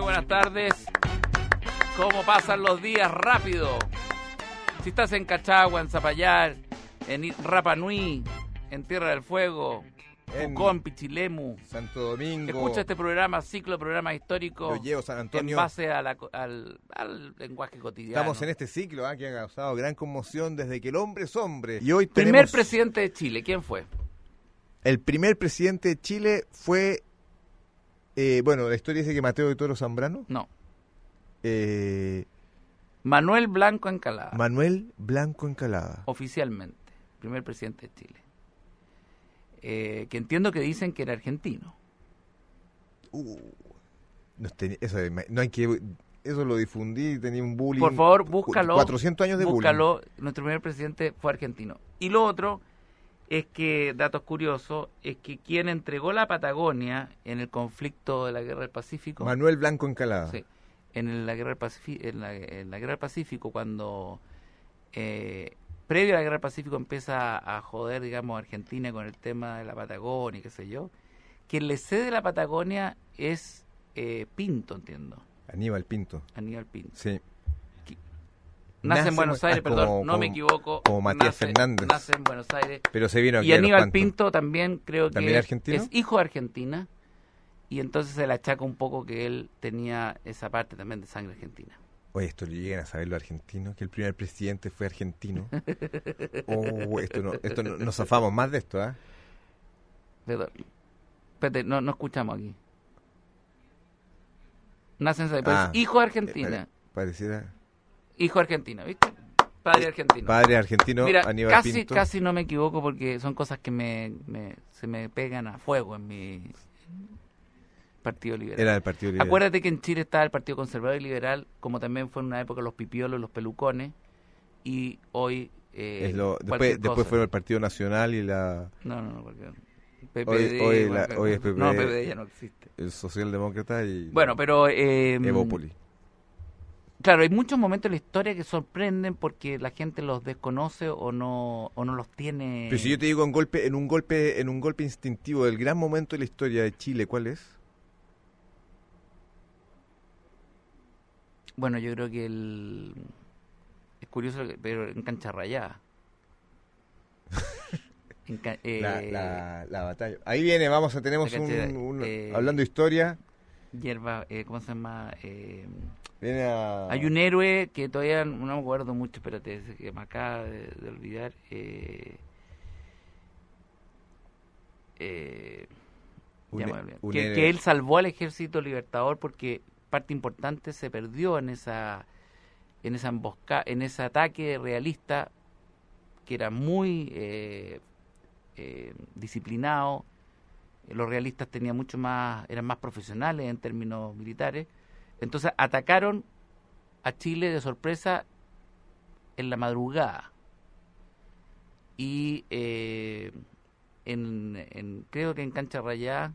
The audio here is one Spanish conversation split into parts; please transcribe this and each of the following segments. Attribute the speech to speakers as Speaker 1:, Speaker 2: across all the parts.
Speaker 1: buenas tardes. ¿Cómo pasan los días rápido? Si estás en Cachagua, en Zapallar, en Rapa Nui, en Tierra del Fuego,
Speaker 2: En-
Speaker 1: Pucón, Pichilemu,
Speaker 2: Santo Domingo.
Speaker 1: escucha este programa, ciclo de programas históricos,
Speaker 2: Lo llevo, San
Speaker 1: en
Speaker 2: Antonio.
Speaker 1: base a la co- al, al lenguaje cotidiano.
Speaker 2: Estamos en este ciclo ah, que ha causado gran conmoción desde que el hombre es hombre. Y hoy
Speaker 1: Primer
Speaker 2: tenemos
Speaker 1: presidente de Chile, ¿quién fue?
Speaker 2: el primer presidente de Chile fue, eh, bueno, la historia dice que Mateo de Toro Zambrano,
Speaker 1: No,
Speaker 2: eh,
Speaker 1: Manuel Blanco Encalada,
Speaker 2: Manuel Blanco Encalada.
Speaker 1: oficialmente, primer presidente de Chile. Eh, que entiendo que dicen que era argentino.
Speaker 2: Uh, nos teni- eso, es ma- no hay que, eso lo difundí, tenía un bullying.
Speaker 1: Por favor,
Speaker 2: cu-
Speaker 1: búscalo.
Speaker 2: 400 años de bullying.
Speaker 1: Búscalo. Nuestro primer presidente fue argentino. Y lo otro es que, datos curiosos, es que quien entregó la Patagonia en el conflicto de la Guerra del Pacífico,
Speaker 2: Manuel Blanco Encalada.
Speaker 1: sí, en, el- la guerra del Pacifi- en, la, en la Guerra del Pacífico, cuando eh, previo a la Guerra del Pacífico empieza a joder, digamos, Argentina con el tema de la Patagonia, y qué sé yo, quien le cede la Patagonia es eh, Pinto, entiendo,
Speaker 2: Aníbal Pinto.
Speaker 1: Aníbal Pinto.
Speaker 2: Sí.
Speaker 1: Nace,
Speaker 2: Nace
Speaker 1: en
Speaker 2: en
Speaker 1: Buenos
Speaker 2: Buen-
Speaker 1: Aires,
Speaker 2: ah,
Speaker 1: perdón,
Speaker 2: como-
Speaker 1: no me
Speaker 2: como-
Speaker 1: equivoco.
Speaker 2: como Matías
Speaker 1: nace-
Speaker 2: Fernández.
Speaker 1: Nace en Buenos Aires.
Speaker 2: Pero se vino aquí
Speaker 1: Y
Speaker 2: a los
Speaker 1: Aníbal
Speaker 2: pantos.
Speaker 1: Pinto también creo que
Speaker 2: ¿También argentino?
Speaker 1: es hijo de Argentina. Y entonces se le achaca un poco que él tenía esa parte también de sangre argentina.
Speaker 2: Oye, esto lo llegan a saber los argentinos, que el primer presidente fue argentino. Oh, esto no, esto no, nos zafamos más de esto, ¿ah?
Speaker 1: Perdón. Espérate, no, no escuchamos aquí. Nace en Buenos
Speaker 2: Ah.
Speaker 1: Aires, hijo de
Speaker 2: Eh,
Speaker 1: Argentina.
Speaker 2: pare- pareciera
Speaker 1: Hijo de Argentina, ¿viste? Padre argentino.
Speaker 2: padre argentino
Speaker 1: Mira,
Speaker 2: Aníbal
Speaker 1: casi,
Speaker 2: Pinto.
Speaker 1: casi no me equivoco porque son cosas que me, me- se me pegan a fuego en mi Partido Liberal.
Speaker 2: Era del Partido Liberal.
Speaker 1: Acuérdate que en Chile estaba el Partido Conservador y Liberal, como también fue en una época los pipiolos, los pelucones, y hoy... eh,
Speaker 2: Es lo-
Speaker 1: cualquier
Speaker 2: después,
Speaker 1: cosa.
Speaker 2: después fueron el Partido Nacional y la,
Speaker 1: No, no, no, cualquier-
Speaker 2: Hoy-
Speaker 1: PPD,
Speaker 2: hoy
Speaker 1: bueno,
Speaker 2: la- hoy es
Speaker 1: No,
Speaker 2: PPD.
Speaker 1: PPD ya no existe.
Speaker 2: el Socialdemócrata y
Speaker 1: Bueno, pero... eh,
Speaker 2: Evópoli.
Speaker 1: Claro, hay muchos momentos en la historia que sorprenden porque la gente los desconoce o no, o no los tiene...
Speaker 2: Pero si yo te digo en golpe, en un golpe, en un golpe instintivo del gran momento de la historia de Chile, ¿cuál es?
Speaker 1: Bueno, yo creo que el... Es curioso, que- pero en cancha rayada. En ca- eh,
Speaker 2: batalla. Ahí viene, vamos a tenemos
Speaker 1: la
Speaker 2: un,
Speaker 1: cantidad,
Speaker 2: un-
Speaker 1: eh,
Speaker 2: hablando de historia.
Speaker 1: Hierba, eh, ¿cómo se llama? Eh,
Speaker 2: Viene a
Speaker 1: Hay un héroe que todavía no me acuerdo mucho, espérate, es que me acaba de, de olvidar. eh, eh,
Speaker 2: Un
Speaker 1: ya me
Speaker 2: he-
Speaker 1: olvidé.
Speaker 2: un
Speaker 1: que,
Speaker 2: héroe.
Speaker 1: que él salvó al ejército libertador porque parte importante se perdió en esa en esa embosca, en ese ataque realista que era muy eh, eh, disciplinado. Los realistas tenían mucho más, eran más profesionales en términos militares. Entonces atacaron a Chile de sorpresa en la madrugada. Y eh, en, en- creo que en Cancha Rayá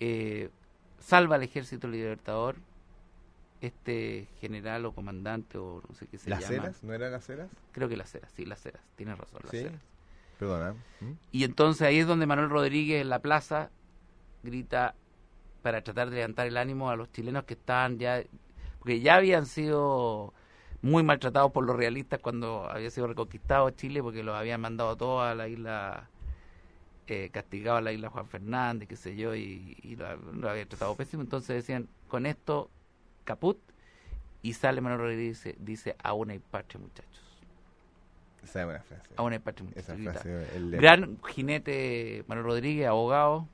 Speaker 1: eh, salva al ejército libertador este general o comandante o no sé qué se
Speaker 2: las
Speaker 1: llama.
Speaker 2: ceras, ¿no eran las ceras?
Speaker 1: Creo que las ceras, sí, las ceras, tienes razón, las
Speaker 2: Sí.
Speaker 1: ceras.
Speaker 2: Perdona. ¿Mm?
Speaker 1: Y entonces ahí es donde Manuel Rodríguez en la plaza grita para tratar de levantar el ánimo a los chilenos que estaban ya, porque ya habían sido muy maltratados por los realistas cuando había sido reconquistado Chile, porque los habían mandado todos a la isla, eh, castigado a la isla Juan Fernández, qué sé yo, y, y lo, lo habían tratado pésimo. Entonces decían, con esto, caput. Y sale Manuel Rodríguez y dice, dice aún hay parche, muchachos.
Speaker 2: Esa es una frase.
Speaker 1: Aún hay parche, muchachos.
Speaker 2: Esa
Speaker 1: grita.
Speaker 2: frase. el-
Speaker 1: Ah, Gran jinete Manuel Rodríguez, abogado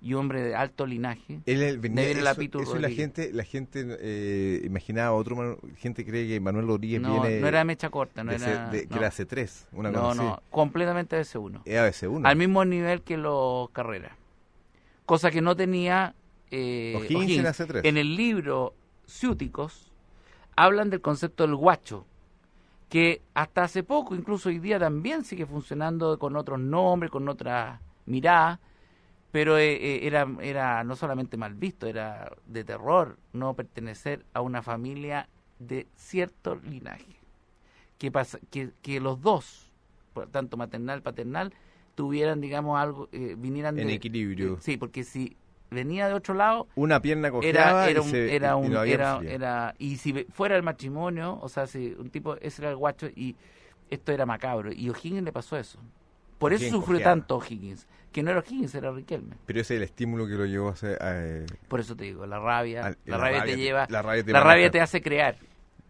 Speaker 1: y hombre de alto linaje.
Speaker 2: Él, él venía-
Speaker 1: De ver el
Speaker 2: eso,
Speaker 1: apito
Speaker 2: eso la
Speaker 1: Rodríguez.
Speaker 2: gente, la gente eh, imaginaba otro, Manu- gente cree que Manuel Rodríguez
Speaker 1: No,
Speaker 2: viene
Speaker 1: no era mecha corta, no
Speaker 2: de
Speaker 1: era.
Speaker 2: ser- de- que
Speaker 1: no.
Speaker 2: era C3, una
Speaker 1: no,
Speaker 2: cosa Eh,
Speaker 1: no, completamente de ese uno.
Speaker 2: así. Era ABC1.
Speaker 1: Al mismo nivel que los Carreras. Cosa que no tenía eh,
Speaker 2: O'Higgins
Speaker 1: O'Higgins.
Speaker 2: en la C3.
Speaker 1: En el libro Ciúticos hablan del concepto del guacho, que hasta hace poco, incluso hoy día también sigue funcionando con otros nombres, con otra mirada, pero eh, eh, era, era no solamente mal visto, era de terror no pertenecer a una familia de cierto linaje. Que, pasa, que, que los dos, por tanto maternal, paternal, tuvieran, digamos, algo, eh, vinieran
Speaker 2: En
Speaker 1: de-
Speaker 2: equilibrio.
Speaker 1: Sí, porque si venía de otro lado,
Speaker 2: Una pierna
Speaker 1: era,
Speaker 2: cojeaba
Speaker 1: era
Speaker 2: y,
Speaker 1: un,
Speaker 2: se-
Speaker 1: era
Speaker 2: y- y
Speaker 1: un,
Speaker 2: lo habían
Speaker 1: era,
Speaker 2: frío.
Speaker 1: era- y si ve- fuera el matrimonio, o sea, si un tipo, ese era el guacho y esto era macabro. Y O'Higgins le pasó eso. Por eso
Speaker 2: O'Higgins
Speaker 1: sufrió
Speaker 2: cojeaba.
Speaker 1: tanto O'Higgins, que no era O'Higgins, era Riquelme.
Speaker 2: Pero ese es el estímulo que lo llevó a hacer... a, eh,
Speaker 1: Por eso te digo, la rabia,
Speaker 2: al-
Speaker 1: la, rabia, te lleva,
Speaker 2: Ah, La rabia te,
Speaker 1: la
Speaker 2: maneja.
Speaker 1: rabia te hace crear.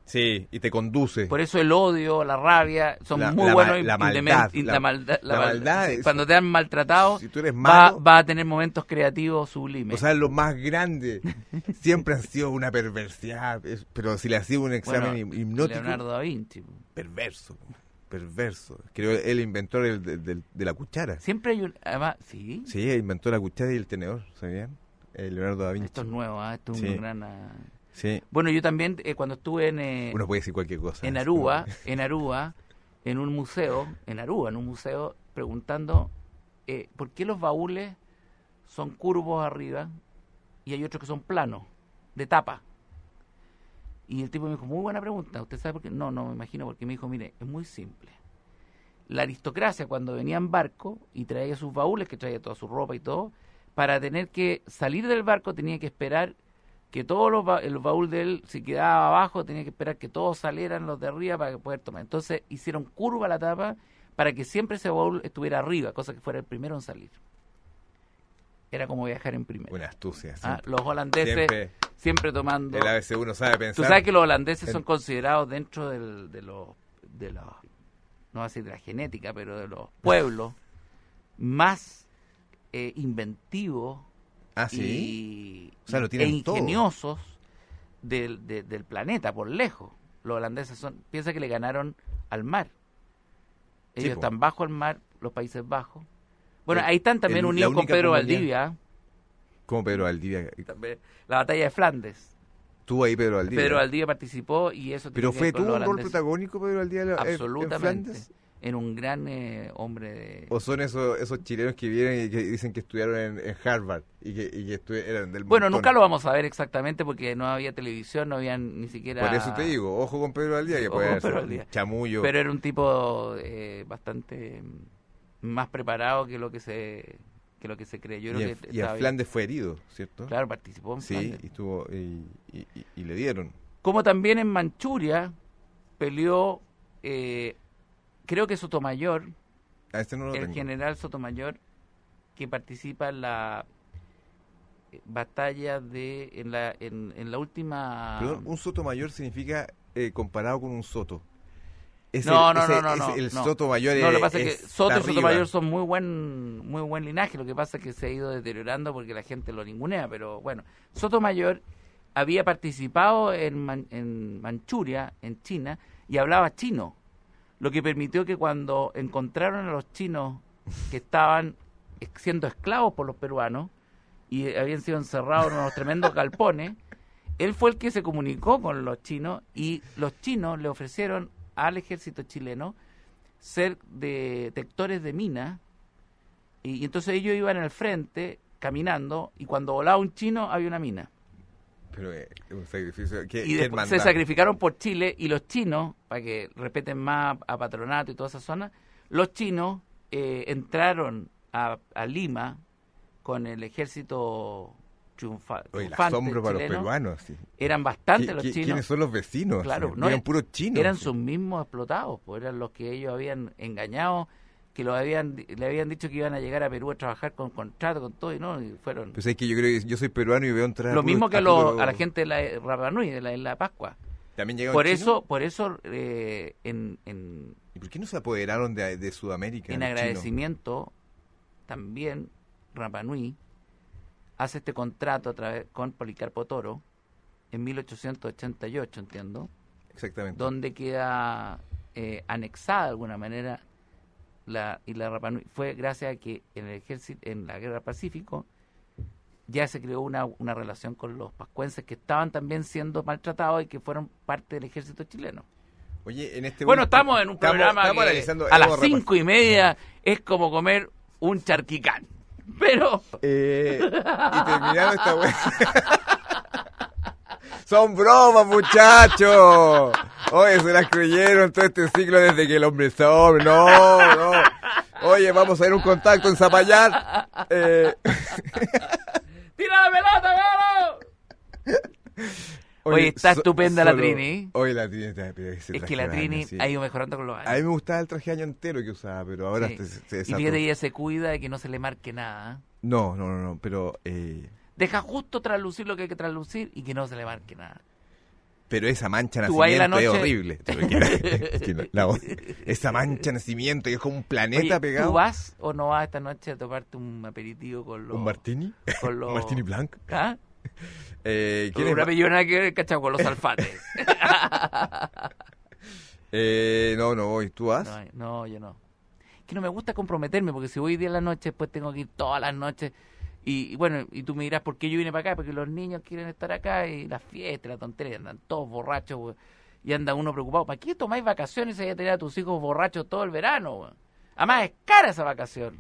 Speaker 2: Sí, y te conduce.
Speaker 1: Por eso el odio, la rabia, son
Speaker 2: La-
Speaker 1: muy
Speaker 2: la
Speaker 1: buenos
Speaker 2: ma-
Speaker 1: y-
Speaker 2: la
Speaker 1: y
Speaker 2: maldad,
Speaker 1: y
Speaker 2: la-
Speaker 1: la maldad- la
Speaker 2: la
Speaker 1: mal-
Speaker 2: maldad
Speaker 1: sí,
Speaker 2: es-
Speaker 1: cuando te han maltratado,
Speaker 2: si tú eres
Speaker 1: va,
Speaker 2: malo,
Speaker 1: va a tener momentos creativos sublimes.
Speaker 2: o sea, los más grandes siempre han sido una perversidad. es- Pero si le hacía un
Speaker 1: Bueno,
Speaker 2: examen hip- hipnótico...
Speaker 1: Leonardo da Vinci.
Speaker 2: Perverso, perverso. Creo el inventor del- del- del- de la cuchara.
Speaker 1: Siempre hay un... Además, sí,
Speaker 2: Sí, inventó la cuchara y el tenedor, ¿sabían? Eh, Leonardo da Vinci.
Speaker 1: esto es nuevo, ¿ah? esto es un
Speaker 2: Sí.
Speaker 1: gran... ah.
Speaker 2: Sí,
Speaker 1: Bueno, yo también eh, cuando estuve en, eh,
Speaker 2: uno puede decir cualquier cosa.
Speaker 1: en
Speaker 2: ¿no?
Speaker 1: Aruba, en Aruba, en un museo, en Aruba, en un museo, preguntando eh, por qué los baúles son curvos arriba y hay otros que son planos, de tapa. Y el tipo me dijo, muy buena pregunta, ¿usted sabe por qué? No, no me imagino, porque me dijo, mire, es muy simple. La aristocracia cuando venía en barco y traía sus baúles, que traía toda su ropa y todo, para tener que salir del barco tenía que esperar que todos los ba- el baúl de él se quedaba abajo, tenía que esperar que todos salieran los de arriba para que poder tomar. Entonces hicieron curva la tapa para que siempre ese baúl estuviera arriba, cosa que fuera el primero en salir. Era como viajar en primera.
Speaker 2: Una astucia.
Speaker 1: Ah,
Speaker 2: siempre.
Speaker 1: los holandeses siempre,
Speaker 2: Siempre
Speaker 1: tomando.
Speaker 2: el ABC uno sabe pensar.
Speaker 1: Tú sabes que los holandeses
Speaker 2: en-
Speaker 1: son considerados dentro del- de los de los no voy a decir de la genética, pero de los pueblos más eh, inventivos
Speaker 2: Ah, sí.
Speaker 1: y
Speaker 2: O sea, lo
Speaker 1: e
Speaker 2: tienen todo.
Speaker 1: ingeniosos del, de- del planeta por lejos. Los holandeses son piensa que le ganaron al mar.
Speaker 2: Sí,
Speaker 1: Ellos
Speaker 2: po.
Speaker 1: están bajo el mar, los Países Bajos. Bueno,
Speaker 2: El-
Speaker 1: ahí están también
Speaker 2: el- la
Speaker 1: unidos con
Speaker 2: única
Speaker 1: Pedro
Speaker 2: compañía-
Speaker 1: Valdivia. ¿eh?
Speaker 2: Como Pedro Valdivia.
Speaker 1: También La batalla de Flandes.
Speaker 2: Tú ahí, Pedro Valdivia.
Speaker 1: Pedro Aldía participó y eso
Speaker 2: Pero
Speaker 1: tiene que
Speaker 2: fue
Speaker 1: ver con
Speaker 2: tú
Speaker 1: los
Speaker 2: un rol
Speaker 1: holandeses.
Speaker 2: protagónico, Pedro Valdivia, en- en
Speaker 1: absolutamente
Speaker 2: Flandes?
Speaker 1: en un gran eh, hombre de
Speaker 2: ¿O son esos, esos chilenos que vienen y que dicen que estudiaron en, en Harvard y que, y que estu- eran del
Speaker 1: bueno
Speaker 2: montón?
Speaker 1: nunca lo vamos a ver exactamente porque no había televisión no había ni siquiera
Speaker 2: Por eso te digo, ojo con Pedro Valdivia,
Speaker 1: Ah. Sí,
Speaker 2: que
Speaker 1: ojo
Speaker 2: puede
Speaker 1: con
Speaker 2: ser
Speaker 1: Pedro
Speaker 2: un
Speaker 1: Valdivia.
Speaker 2: chamullo.
Speaker 1: pero era un tipo eh, bastante mm, más preparado que lo que se que lo que se cree yo
Speaker 2: y
Speaker 1: creo
Speaker 2: en,
Speaker 1: que
Speaker 2: y en
Speaker 1: estaba bien.
Speaker 2: Flandes fue herido, ¿cierto?
Speaker 1: claro participó en
Speaker 2: Sí,
Speaker 1: Flandes.
Speaker 2: y, estuvo, y, y- y- y le dieron.
Speaker 1: como también en Manchuria peleó eh, creo que Sotomayor
Speaker 2: A este no lo
Speaker 1: el
Speaker 2: tengo.
Speaker 1: general Sotomayor que participa en la eh, batalla de en la en, en la última
Speaker 2: Perdón, un soto mayor significa eh, comparado con un soto. Es
Speaker 1: No,
Speaker 2: el,
Speaker 1: no,
Speaker 2: ese-
Speaker 1: no, no,
Speaker 2: es
Speaker 1: no,
Speaker 2: El
Speaker 1: no.
Speaker 2: soto mayor
Speaker 1: no, lo
Speaker 2: es-
Speaker 1: que pasa es que
Speaker 2: está
Speaker 1: Soto y
Speaker 2: arriba.
Speaker 1: Sotomayor son muy buen muy buen linaje, lo que pasa es que se ha ido deteriorando porque la gente lo ningunea, pero bueno, Sotomayor había participado en, Man- en Manchuria, en China, y hablaba chino, lo que permitió que cuando encontraron a los chinos que estaban ex- siendo esclavos por los peruanos y eh, habían sido encerrados en unos tremendos galpones, él fue el que se comunicó con los chinos y los chinos le ofrecieron al ejército chileno ser detectores de minas y, y entonces ellos iban al frente caminando y cuando volaba un chino había una mina
Speaker 2: Pero eh, es un sacrificio. ¿Qué,
Speaker 1: y
Speaker 2: qué
Speaker 1: después se
Speaker 2: hermandad?
Speaker 1: sacrificaron por Chile y los chinos, para que respeten más a Patronato y toda esa zona, los chinos eh, entraron a, a Lima con el ejército triunfa,
Speaker 2: Oye, el
Speaker 1: triunfante
Speaker 2: asombro para los
Speaker 1: chileno.
Speaker 2: peruanos. sí.
Speaker 1: Eran bastante
Speaker 2: ¿Qui-
Speaker 1: los
Speaker 2: qui-
Speaker 1: chinos.
Speaker 2: ¿Quiénes son los vecinos?
Speaker 1: Claro,
Speaker 2: Sí,
Speaker 1: no,
Speaker 2: eran
Speaker 1: eh,
Speaker 2: puros chinos.
Speaker 1: eran
Speaker 2: sí.
Speaker 1: sus mismos explotados, pues eran los que ellos habían engañado, que los habían, le habían dicho que iban a llegar a Perú a trabajar con contrato, con todo, y no, y fueron...
Speaker 2: Pues es que yo creo que yo soy peruano y veo entrar. a
Speaker 1: lo
Speaker 2: puros-
Speaker 1: mismo que a,
Speaker 2: a puros-
Speaker 1: los- a la gente de la Rapa Nui, de la isla de Pascua.
Speaker 2: También llegaron
Speaker 1: Por
Speaker 2: chinos?
Speaker 1: eso, por eso eh, en, en,
Speaker 2: ¿Y por qué no se apoderaron de, de Sudamérica?
Speaker 1: en
Speaker 2: los chinos?
Speaker 1: agradecimiento también Rapa Nui hace este contrato a través con Policarpo Toro en 1888, entiendo,
Speaker 2: Exactamente.
Speaker 1: donde queda eh, anexada de alguna manera la isla de Rapa Nui. Fue gracias a que en el ejército, en la guerra del Pacífico, ya se creó una, una relación con los pascuenses que estaban también siendo maltratados y que fueron parte del ejército chileno.
Speaker 2: Oye, en este
Speaker 1: Bueno,
Speaker 2: último-
Speaker 1: estamos en un programa
Speaker 2: estamos
Speaker 1: que
Speaker 2: analizando- eh,
Speaker 1: a las
Speaker 2: estamos repasando-
Speaker 1: cinco y media es como comer un charquicán. Pero
Speaker 2: Eh, y terminaron esta wea. Son bromas, muchachos. Oye, se las creyeron todo este ciclo desde que el hombre es hombre. No, no. Oye, vamos a ir a un contacto en Zapallar. Eh,
Speaker 1: tira ¡Tira la pelota, cabrón! Oye, está estupenda la Trini.
Speaker 2: Hoy la Trini está pero ese
Speaker 1: Es
Speaker 2: traje
Speaker 1: que la
Speaker 2: de baño,
Speaker 1: Trini
Speaker 2: sí.
Speaker 1: ha ido mejorando con los años.
Speaker 2: A mí me gustaba el traje de año entero que usaba, pero ahora
Speaker 1: Sí.
Speaker 2: se, se
Speaker 1: y
Speaker 2: desató.
Speaker 1: fíjate, ella se cuida de que no se le marque nada. ¿eh?
Speaker 2: No, no, no, no, pero, eh,
Speaker 1: Deja justo traslucir lo que hay que traslucir y que no se le marque nada.
Speaker 2: pero esa mancha de
Speaker 1: Tú ahí la
Speaker 2: nacimiento es
Speaker 1: noche-
Speaker 2: horrible. Pero que la- es que la- la voz- esa mancha de nacimiento que es como un planeta
Speaker 1: Oye,
Speaker 2: pegado.
Speaker 1: ¿Tú vas o no vas esta noche a tomarte un aperitivo con los...
Speaker 2: ¿Un martini?
Speaker 1: Con los...
Speaker 2: ¿Un martini blanco?
Speaker 1: ¿Ah?
Speaker 2: Eh, ¿quién es
Speaker 1: Una
Speaker 2: más?
Speaker 1: millonada que ver, cachao, con los alfates.
Speaker 2: Eh, no, no voy. ¿Tú vas?
Speaker 1: No, no, yo no. Que no me gusta comprometerme, porque si voy día en la noche, después tengo que ir todas las noches. Y, y bueno, y tú me dirás, ¿por qué yo vine para acá? Porque los niños quieren estar acá y las fiestas, la tontería, andan todos borrachos, weón. Y anda uno preocupado. ¿Para qué tomáis vacaciones y vais a tener a tus hijos borrachos todo el verano, weón? Además, es cara esa vacación.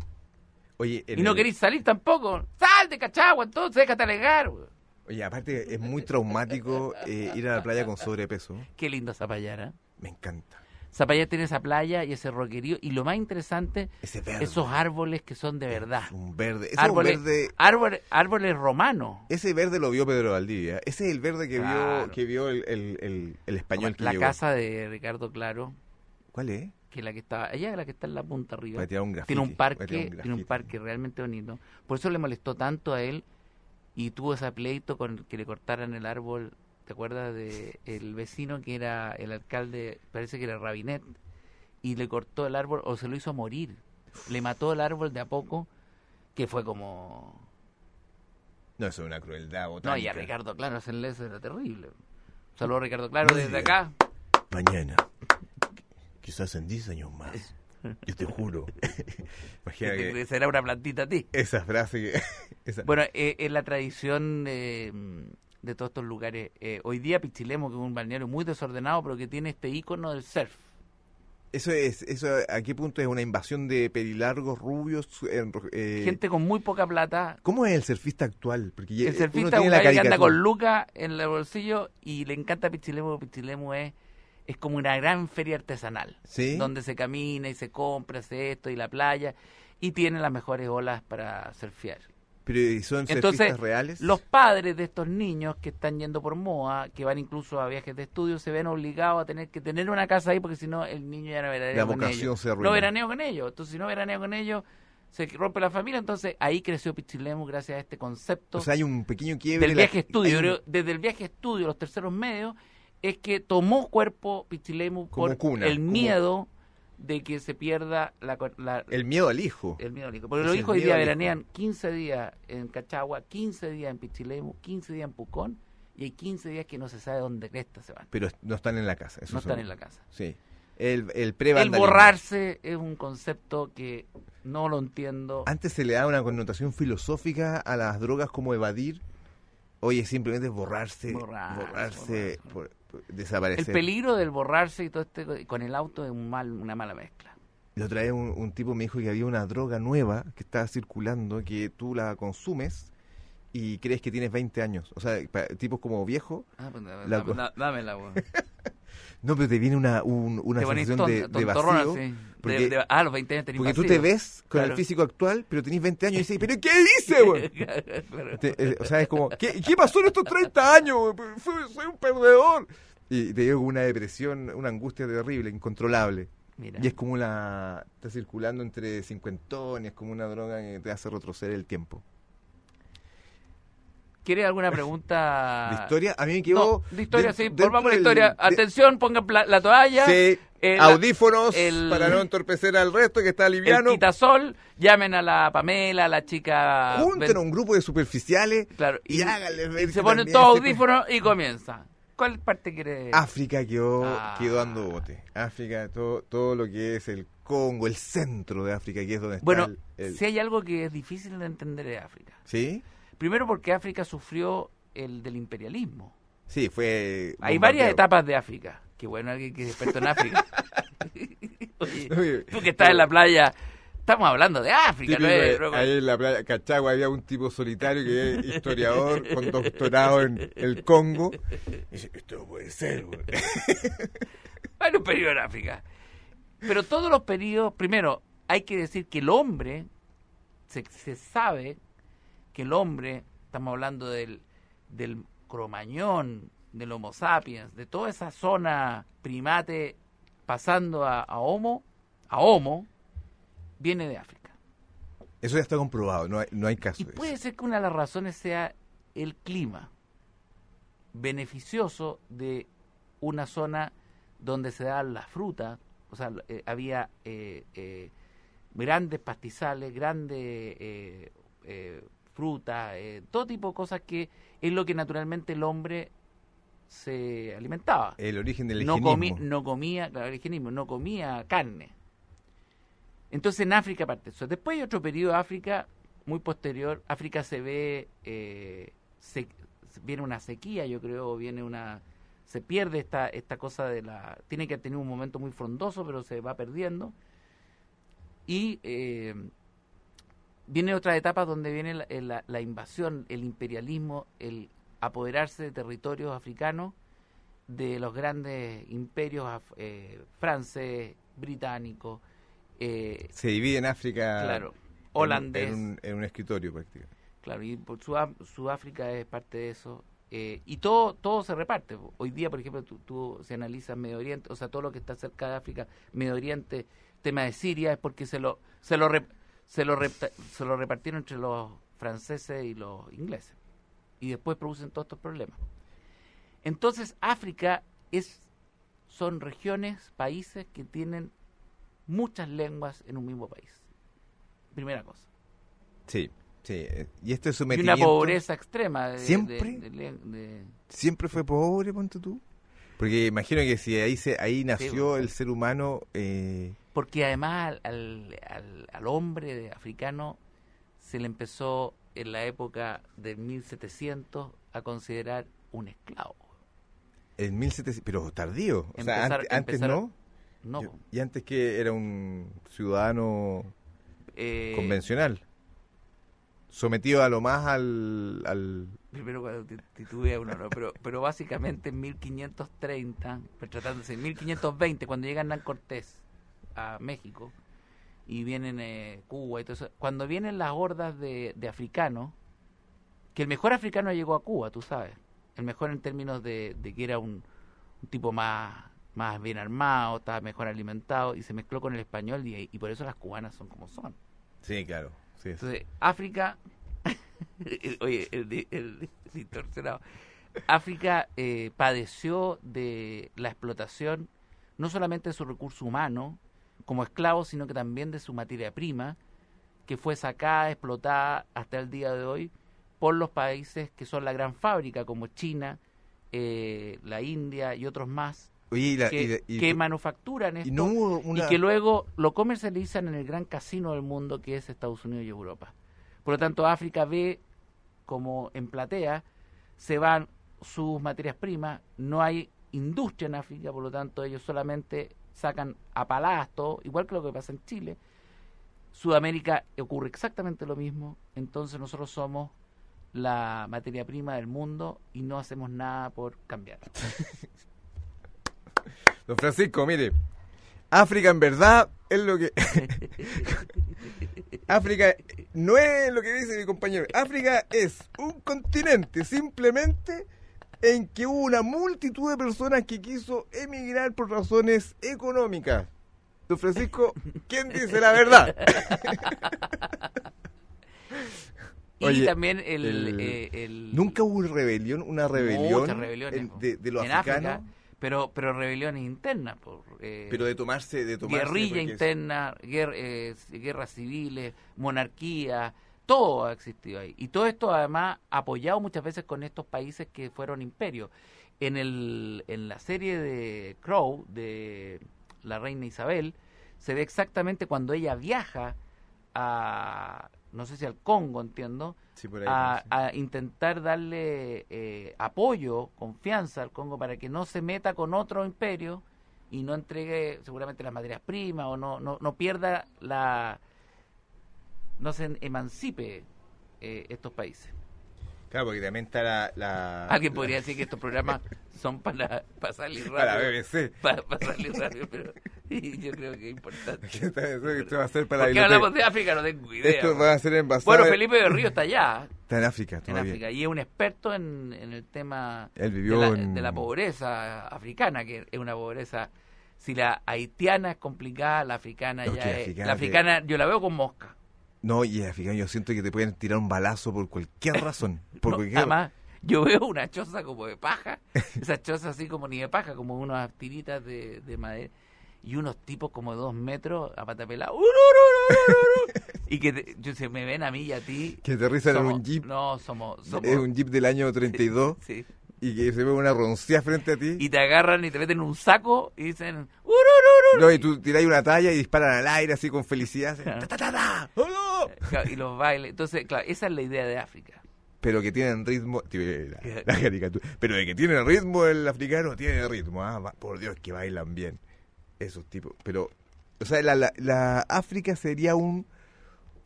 Speaker 2: Oye, en
Speaker 1: Y no
Speaker 2: el-
Speaker 1: queréis salir tampoco. Sal de cachagua, entonces, déjate alegar, weón.
Speaker 2: Oye, aparte es muy traumático eh, ir a la playa con sobrepeso.
Speaker 1: Qué linda Zapallara.
Speaker 2: Me encanta.
Speaker 1: Zapallara tiene esa playa y ese roquerío. Y lo más interesante,
Speaker 2: Ese verde.
Speaker 1: esos árboles que son de verdad.
Speaker 2: Es un verde. Ese es un
Speaker 1: árboles,
Speaker 2: verde.
Speaker 1: árbol- árboles romanos.
Speaker 2: Ese verde lo vio Pedro Valdivia. Ese es el verde que
Speaker 1: Claro.
Speaker 2: vio, que vio el, el- el- el español que
Speaker 1: la
Speaker 2: llegó.
Speaker 1: casa de Ricardo Claro,
Speaker 2: ¿Cuál es?
Speaker 1: que es la que está, ella es la que está en la punta arriba.
Speaker 2: Para tirar un
Speaker 1: Tiene un
Speaker 2: graffiti,
Speaker 1: parque,
Speaker 2: para tirar
Speaker 1: tiene un
Speaker 2: graffiti.
Speaker 1: parque realmente bonito. Por eso le molestó tanto a él y tuvo ese pleito con que le cortaran el árbol. ¿Te acuerdas de el vecino que era el alcalde, parece que era Rabinet, y le cortó el árbol o se lo hizo morir? Le mató el árbol de a poco, que fue como
Speaker 2: No, eso es una crueldad
Speaker 1: No,
Speaker 2: botánica.
Speaker 1: y a Ricardo Claro hacerle eso era terrible. Saludos Ricardo Claro
Speaker 2: Muy
Speaker 1: desde
Speaker 2: bien.
Speaker 1: acá.
Speaker 2: Mañana. Quizás en 10 años más. Yo te juro. Imagina
Speaker 1: Te
Speaker 2: que
Speaker 1: crecerá una plantita a ti.
Speaker 2: esa frase que... esa-
Speaker 1: Bueno, eh, es la tradición eh, de todos estos lugares. Eh, hoy día Pichilemo, que es un balneario muy desordenado, pero que tiene este icono del surf.
Speaker 2: Eso es, eso a qué punto es una invasión de pelilargos, rubios, enro- eh,
Speaker 1: Gente con muy poca plata.
Speaker 2: ¿Cómo es el surfista actual? Porque ya-
Speaker 1: El
Speaker 2: eh, uno
Speaker 1: surfista es
Speaker 2: tiene
Speaker 1: un
Speaker 2: la
Speaker 1: gallo que anda
Speaker 2: caricatura.
Speaker 1: con Luca en el bolsillo y le encanta Pichilemo. Pichilemo es, es como una gran feria artesanal.
Speaker 2: ¿Sí?
Speaker 1: Donde se camina y se compra, hace esto y la playa. Y tiene las mejores olas para surfear.
Speaker 2: Pero ¿y son
Speaker 1: Entonces,
Speaker 2: surfistas reales.
Speaker 1: Los padres de estos niños que están yendo por MOA, que van incluso a viajes de estudio, se ven obligados a tener que tener una casa ahí porque si no el niño ya no veranea
Speaker 2: La
Speaker 1: con
Speaker 2: vocación
Speaker 1: ellos.
Speaker 2: se arruina.
Speaker 1: No veraneo con ellos. Entonces, si no veraneo con ellos, se rompe la familia. Entonces, ahí creció Pichilemu gracias a este concepto
Speaker 2: O sea, hay un pequeño quiebre.
Speaker 1: del
Speaker 2: la-
Speaker 1: viaje estudio.
Speaker 2: hay un-
Speaker 1: Yo creo, desde el viaje estudio, los terceros medios, es que tomó cuerpo Pichilemu
Speaker 2: Como
Speaker 1: por
Speaker 2: cuna,
Speaker 1: el
Speaker 2: como-
Speaker 1: miedo de que se pierda la, co- la-
Speaker 2: El miedo al hijo.
Speaker 1: el miedo al hijo. Porque
Speaker 2: Es
Speaker 1: los
Speaker 2: el
Speaker 1: hijos hoy
Speaker 2: miedo
Speaker 1: día
Speaker 2: al hijo.
Speaker 1: veranean 15 días en Cachagua, 15 días en Pichilemu, 15 días en Pucón y hay 15 días que no se sabe dónde cresta se van.
Speaker 2: Pero no están en la casa. eso
Speaker 1: No
Speaker 2: seguro.
Speaker 1: están en la casa.
Speaker 2: Sí. El, el
Speaker 1: El
Speaker 2: prevandalismo.
Speaker 1: borrarse es un concepto que no lo entiendo.
Speaker 2: Antes se le daba una connotación filosófica a las drogas como evadir. Hoy es simplemente borrarse.
Speaker 1: Borrarse,
Speaker 2: Borrarse.
Speaker 1: borrarse.
Speaker 2: por- por-
Speaker 1: El
Speaker 2: desaparecer.
Speaker 1: peligro del borrarse y todo este co- con el auto es un mal, una mala mezcla.
Speaker 2: La otra vez un, un tipo me dijo que había una droga nueva que estaba circulando, que tú la consumes y crees que tienes 20 años. O sea, pa- tipos como viejo.
Speaker 1: Ah, pues, da-
Speaker 2: La
Speaker 1: da-
Speaker 2: co-
Speaker 1: da- dámela, weón. Te
Speaker 2: No, pero te viene una, un- una
Speaker 1: ponís
Speaker 2: sensación
Speaker 1: ton-
Speaker 2: de, de
Speaker 1: tontorrona,
Speaker 2: vacío.
Speaker 1: sí. De-
Speaker 2: porque-
Speaker 1: de- ah, los 20 años tenés
Speaker 2: Porque tú
Speaker 1: vacío.
Speaker 2: te ves con
Speaker 1: Claro.
Speaker 2: el físico actual, pero tenés 20 años y dices, ¿pero qué hice, güey?
Speaker 1: Claro.
Speaker 2: Te- eh, o sea, es como, ¿qué, qué pasó en estos 30 años? güey? Fui- soy un perdedor. Y te digo una depresión, una angustia terrible, incontrolable.
Speaker 1: Mira.
Speaker 2: Y es como una... Está circulando entre cincuentones, como una droga que te hace retroceder el tiempo.
Speaker 1: ¿Quieres alguna pregunta?
Speaker 2: ¿De historia? A mí me
Speaker 1: Ah. No,
Speaker 2: quedó...
Speaker 1: de historia,
Speaker 2: dentro-
Speaker 1: sí,
Speaker 2: dentro
Speaker 1: volvamos a la
Speaker 2: del-
Speaker 1: historia.
Speaker 2: de-
Speaker 1: Atención, pongan pla- la toalla,
Speaker 2: Sí,
Speaker 1: el-
Speaker 2: audífonos
Speaker 1: el-
Speaker 2: para no entorpecer al resto que está
Speaker 1: el
Speaker 2: liviano.
Speaker 1: quitasol, llamen a la Pamela, a la chica...
Speaker 2: Junten a un grupo de superficiales
Speaker 1: ven- claro,
Speaker 2: y, háganle ver
Speaker 1: se
Speaker 2: que
Speaker 1: ponen
Speaker 2: también
Speaker 1: todos
Speaker 2: se-
Speaker 1: audífonos y comienza. ¿Cuál parte quieres?
Speaker 2: África quedó,
Speaker 1: Ah.
Speaker 2: quedó dando bote. África, todo, todo lo que es el Congo, el centro de África, que es donde
Speaker 1: bueno,
Speaker 2: está el... el-
Speaker 1: si hay algo que es difícil de entender es África.
Speaker 2: ¿Sí?
Speaker 1: Primero porque África sufrió el del imperialismo.
Speaker 2: Sí, fue...
Speaker 1: Hay
Speaker 2: bombardeo.
Speaker 1: varias etapas de África. Qué bueno alguien que es experto en África. Oye,
Speaker 2: Oye,
Speaker 1: tú que estás en la playa, estamos hablando de África, no
Speaker 2: típico
Speaker 1: es-
Speaker 2: de-
Speaker 1: no es-
Speaker 2: ahí en la playa Cachagua había un tipo solitario que es historiador con doctorado en el Congo. Y dice, esto no puede ser, güey".
Speaker 1: Hay un periodo en África. Pero todos los periodos, primero, hay que decir que el hombre, se, se sabe que el hombre Estamos hablando del, del cromañón, del Homo sapiens, de toda esa zona primate pasando a, a Homo, a Homo, viene de África.
Speaker 2: Eso ya está comprobado, no hay, no hay caso.
Speaker 1: Y
Speaker 2: de
Speaker 1: puede
Speaker 2: eso.
Speaker 1: ser que una de las razones sea el clima beneficioso de una zona donde se dan las frutas, o sea, eh, había eh, eh, grandes pastizales, grandes eh, eh, frutas, eh, todo tipo de cosas que es lo que naturalmente el hombre se alimentaba
Speaker 2: El origen del
Speaker 1: no, comi-
Speaker 2: higienismo.
Speaker 1: no comía, claro, el higienismo, no comía carne. Entonces en África parte eso. Después hay otro periodo de África, muy posterior. África se ve, eh, se- viene una sequía, yo creo, viene una... Se pierde esta, esta cosa de la... Tiene que tener un momento muy frondoso, pero se va perdiendo. Y eh, viene otra etapa donde viene la, eh, la- la invasión, el imperialismo, el apoderarse de territorios africanos de los grandes imperios af- eh, francés, británico, eh,
Speaker 2: Se divide en África.
Speaker 1: claro,
Speaker 2: Ah, en-
Speaker 1: holandés,
Speaker 2: En, un, en un escritorio prácticamente.
Speaker 1: claro, y por Sudá- Sudáfrica es parte de eso. eh, y todo todo se reparte. Hoy día, por ejemplo, tú, tú se analiza Medio Oriente, o sea, todo lo que está cerca de África, Medio Oriente, tema de Siria, es porque se lo se lo rep- se lo, repta- se lo repartieron entre los franceses y los ingleses. Y después producen todos estos problemas. Entonces, África es son regiones, países que tienen muchas lenguas en un mismo país. Primera cosa.
Speaker 2: Sí, sí. eh, Y
Speaker 1: Y
Speaker 2: este
Speaker 1: una
Speaker 2: sometimiento...
Speaker 1: pobreza extrema. de- de-
Speaker 2: ¿Siempre?
Speaker 1: de- de- de-
Speaker 2: ¿Siempre fue pobre, ponte tú? Porque imagino que si ahí, se, ahí nació
Speaker 1: bueno.
Speaker 2: el ser humano... eh,
Speaker 1: porque además al, al, al- al hombre africano se le empezó en la época del 1700 a considerar un esclavo.
Speaker 2: En 1700, pero tardío. O sea,
Speaker 1: Empezar-
Speaker 2: ante- antes,
Speaker 1: empezaron-
Speaker 2: no.
Speaker 1: No, pues.
Speaker 2: Yo- y antes que era un ciudadano
Speaker 1: eh,
Speaker 2: convencional. Sometido a lo más al. al
Speaker 1: primero cuando ti- titubea uno, ¿no? pero, pero básicamente en 1530, pues tratándose, en 1520, cuando llega Hernán Cortés a México y vienen eh, Cuba y todo eso, cuando vienen las hordas de, de africanos, que el mejor africano llegó a Cuba, tú sabes, el mejor en términos de, de que era un, un tipo más, más bien armado, estaba mejor alimentado y se mezcló con el español y, y por eso las cubanas son como son.
Speaker 2: sí, claro. sí, sí.
Speaker 1: Entonces, África. Oye, el, di- el distorsionado. África eh, padeció de la explotación no solamente de su recurso humano como esclavos, sino que también de su materia prima, que fue sacada, explotada hasta el día de hoy por los países que son la gran fábrica, como China, eh, la India y otros más,
Speaker 2: Oye, y, la-
Speaker 1: que,
Speaker 2: y la- y-
Speaker 1: que manufacturan esto
Speaker 2: y no hubo una.
Speaker 1: y que luego lo comercializan en el gran casino del mundo que es Estados Unidos y Europa. Por lo tanto, África ve como en platea se van sus materias primas, no hay industria en África, por lo tanto ellos solamente sacan a paladas todo, igual que lo que pasa en Chile. Sudamérica ocurre exactamente lo mismo, entonces nosotros somos la materia prima del mundo y no hacemos nada por cambiar.
Speaker 2: Don Francisco, mire. África en verdad es lo que. África no es lo que dice mi compañero. África es un continente simplemente en que hubo una multitud de personas que quiso emigrar por razones económicas. Don Francisco, ¿quién dice la verdad?
Speaker 1: Y
Speaker 2: Oye,
Speaker 1: también el...
Speaker 2: el-
Speaker 1: eh, el-
Speaker 2: Nunca hubo una rebelión, una rebelión
Speaker 1: Muchas rebeliones,
Speaker 2: en-
Speaker 1: po.
Speaker 2: de, de los
Speaker 1: En
Speaker 2: africanos,
Speaker 1: África, pero, pero rebeliones internas. Por, eh,
Speaker 2: pero de tomarse, de tomarse
Speaker 1: guerrilla
Speaker 2: porque-
Speaker 1: interna, guer- eh, guerras civiles, monarquía, todo ha existido ahí. Y todo esto además apoyado muchas veces con estos países que fueron imperios. En, el, en la serie de Crow, de la reina Isabel, se ve exactamente cuando ella viaja a, no sé si al Congo, entiendo,
Speaker 2: Sí, por ahí,
Speaker 1: a,
Speaker 2: sí.
Speaker 1: a intentar darle eh, apoyo, confianza al Congo para que no se meta con otro imperio y no entregue seguramente las materias primas o no, no, no pierda la... no se emancipe eh, estos países.
Speaker 2: Claro, porque también está la... la-
Speaker 1: Alguien
Speaker 2: la-
Speaker 1: podría decir que estos programas son para, para salir
Speaker 2: Para
Speaker 1: rápido.
Speaker 2: BBC.
Speaker 1: Para, para salir rápido, pero yo creo que es importante.
Speaker 2: Esto va a ser para la
Speaker 1: ¿Por qué
Speaker 2: biblioteca.
Speaker 1: hablamos de África? No tengo idea.
Speaker 2: Esto va a ser envasado.
Speaker 1: Bueno, Felipe de Río está allá.
Speaker 2: Está en África
Speaker 1: en
Speaker 2: todavía.
Speaker 1: África. Y es un experto en, en el tema
Speaker 2: Él
Speaker 1: de
Speaker 2: vivió
Speaker 1: la,
Speaker 2: en...
Speaker 1: de la pobreza africana, que es una pobreza... Si la haitiana es complicada, la africana
Speaker 2: No,
Speaker 1: ya
Speaker 2: que
Speaker 1: es...
Speaker 2: africana
Speaker 1: la
Speaker 2: te-
Speaker 1: africana yo la veo con mosca.
Speaker 2: No, y africano, yo siento que te pueden tirar un balazo por cualquier razón. Por
Speaker 1: No,
Speaker 2: cualquier-
Speaker 1: además, yo veo una choza como de paja, esas chozas así como ni de paja, como unas tiritas de, de madera, y unos tipos como de dos metros a pata pelada, ¡Uh, ¡uru, uru, uru, uru, uru! y que te- yo, se me ven a mí y a ti.
Speaker 2: Que aterrizan en
Speaker 1: somos-
Speaker 2: un jeep.
Speaker 1: No, somos... somos
Speaker 2: Es un jeep del año 32
Speaker 1: sí.
Speaker 2: y que se ve una roncía frente a ti.
Speaker 1: Y te agarran y te meten en un saco y dicen... ¡Uh, ¡uru, uru, uru!
Speaker 2: No, y tú tirás una talla y disparan al aire así con felicidad. así,
Speaker 1: Claro.
Speaker 2: ta, ta, ta. ¡Oh, no!
Speaker 1: Claro, Y los bailes. Entonces, claro, esa es la idea de África.
Speaker 2: Pero que tienen ritmo. Tiene La, la caricatura. Pero de que tienen ritmo el africano, tiene ritmo. ah, va- por Dios, que bailan bien. Esos tipos. Pero, o sea, la, la- la África sería un.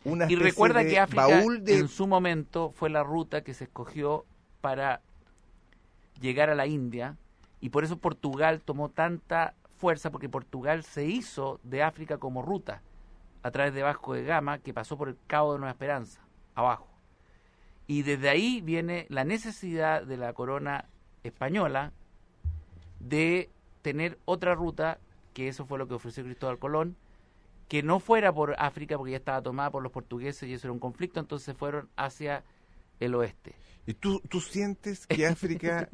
Speaker 2: Una
Speaker 1: Y
Speaker 2: especie
Speaker 1: recuerda
Speaker 2: de
Speaker 1: que África
Speaker 2: Baúl de.
Speaker 1: en su momento fue la ruta que se escogió para llegar a la India y por eso Portugal tomó tanta fuerza porque Portugal se hizo de África como ruta a través de Vasco de Gama que pasó por el Cabo de Nueva Esperanza abajo. Y desde ahí viene la necesidad de la corona española de tener otra ruta, que eso fue lo que ofreció Cristóbal Colón, que no fuera por África porque ya estaba tomada por los portugueses y eso era un conflicto, entonces fueron hacia el oeste.
Speaker 2: ¿Y tú, tú sientes que África.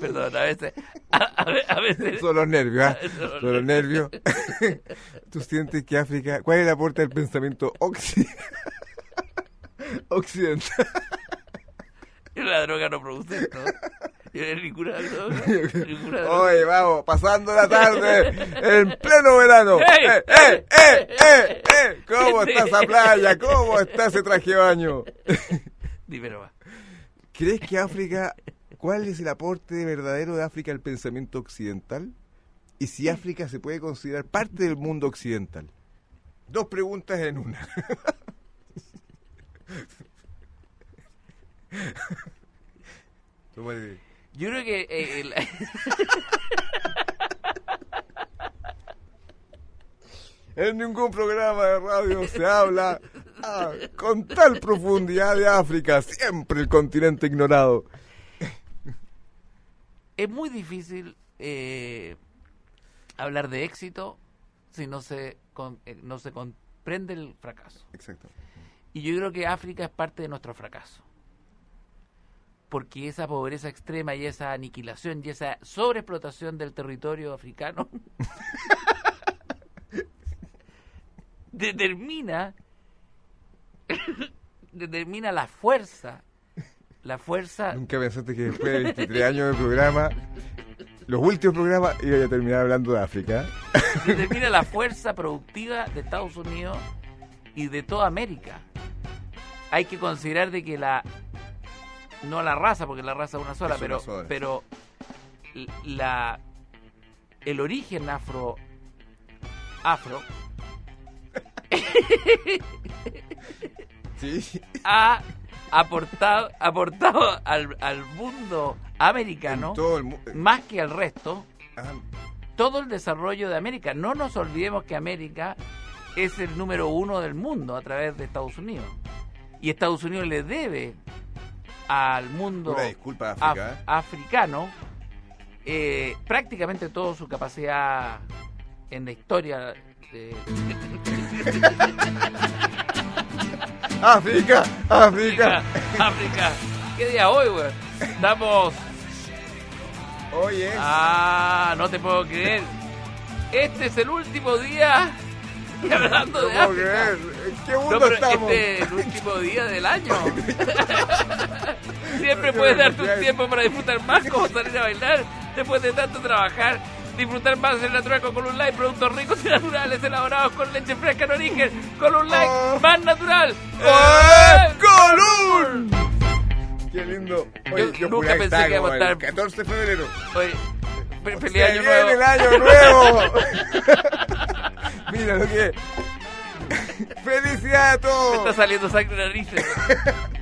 Speaker 1: Perdón, a veces, a, a ve- a veces
Speaker 2: son los nervios, ¿ah?
Speaker 1: Son
Speaker 2: Son los nervios. tú sientes que África. ¿Cuál es el aporte del pensamiento occi- occidental?
Speaker 1: la droga no produce esto. Yo no era ninguna droga. ninguna droga.
Speaker 2: Oye, vamos, pasando la tarde en pleno verano.
Speaker 1: ¡Ey!
Speaker 2: ¡Eh, eh, eh, eh, eh! ¿Cómo
Speaker 1: Sí.
Speaker 2: está esa playa? ¿Cómo está ese traje de baño?
Speaker 1: Dime nomás.
Speaker 2: ¿Crees que África, cuál es el aporte verdadero de África al pensamiento occidental? Y si África se puede considerar parte del mundo occidental. Dos preguntas en una. Tómate.
Speaker 1: Yo creo que eh, el-
Speaker 2: En ningún programa de radio se habla ah, con tal profundidad de África, siempre el continente ignorado.
Speaker 1: es muy difícil eh, hablar de éxito si no se, con- eh, no se comprende el fracaso.
Speaker 2: Exacto.
Speaker 1: Y yo creo que África es parte de nuestro fracaso. Porque esa pobreza extrema y esa aniquilación y esa sobreexplotación del territorio africano determina determina la fuerza la fuerza
Speaker 2: Nunca pensaste que después de 23 años de programa, los últimos programas, iba a terminar hablando de África.
Speaker 1: determina la fuerza productiva de Estados Unidos y de toda América. Hay que considerar de que la no la raza, porque la raza es una sola,
Speaker 2: Es una
Speaker 1: pero
Speaker 2: sola.
Speaker 1: pero l- la el origen afro afro
Speaker 2: Sí.
Speaker 1: ha aportado aportado al, al mundo americano
Speaker 2: Todo el ah, mundo.
Speaker 1: más que al resto todo el desarrollo de América. No nos olvidemos que América es el número uno del mundo a través de Estados Unidos. Y Estados Unidos le debe al mundo
Speaker 2: una disculpa,
Speaker 1: af-
Speaker 2: África. ¿eh?
Speaker 1: africano eh, prácticamente toda su capacidad en la historia. eh,
Speaker 2: África,
Speaker 1: África,
Speaker 2: África.
Speaker 1: África. ¿Qué día hoy, güey? Estamos.
Speaker 2: Oye,
Speaker 1: Ah, no te puedo creer. Este es el último día y hablando de
Speaker 2: ¿cómo
Speaker 1: África.
Speaker 2: creer? ¿En qué mundo
Speaker 1: No, pero
Speaker 2: estamos? ¡Eh!
Speaker 1: este es el último día del año. Siempre
Speaker 2: Yo
Speaker 1: puedes
Speaker 2: me
Speaker 1: darte un
Speaker 2: bloqueé.
Speaker 1: tiempo para disfrutar más, como salir a bailar después de tanto trabajar. Disfrutar más del natural con Column Light, productos ricos y naturales elaborados con leche fresca en origen. Column Light,
Speaker 2: Oh.
Speaker 1: más natural.
Speaker 2: ¡Eh, Colún! Qué lindo. Oye,
Speaker 1: Yo
Speaker 2: yo,
Speaker 1: nunca
Speaker 2: juraba
Speaker 1: pensé
Speaker 2: estaba
Speaker 1: que iba a
Speaker 2: como el
Speaker 1: estar-
Speaker 2: 14 de febrero.
Speaker 1: Oye, fe-
Speaker 2: Se
Speaker 1: feliz año
Speaker 2: viene el
Speaker 1: nuevo.
Speaker 2: año nuevo. Mira lo que es. Felicidades a
Speaker 1: Me está
Speaker 2: todos.
Speaker 1: saliendo sangre en las narices.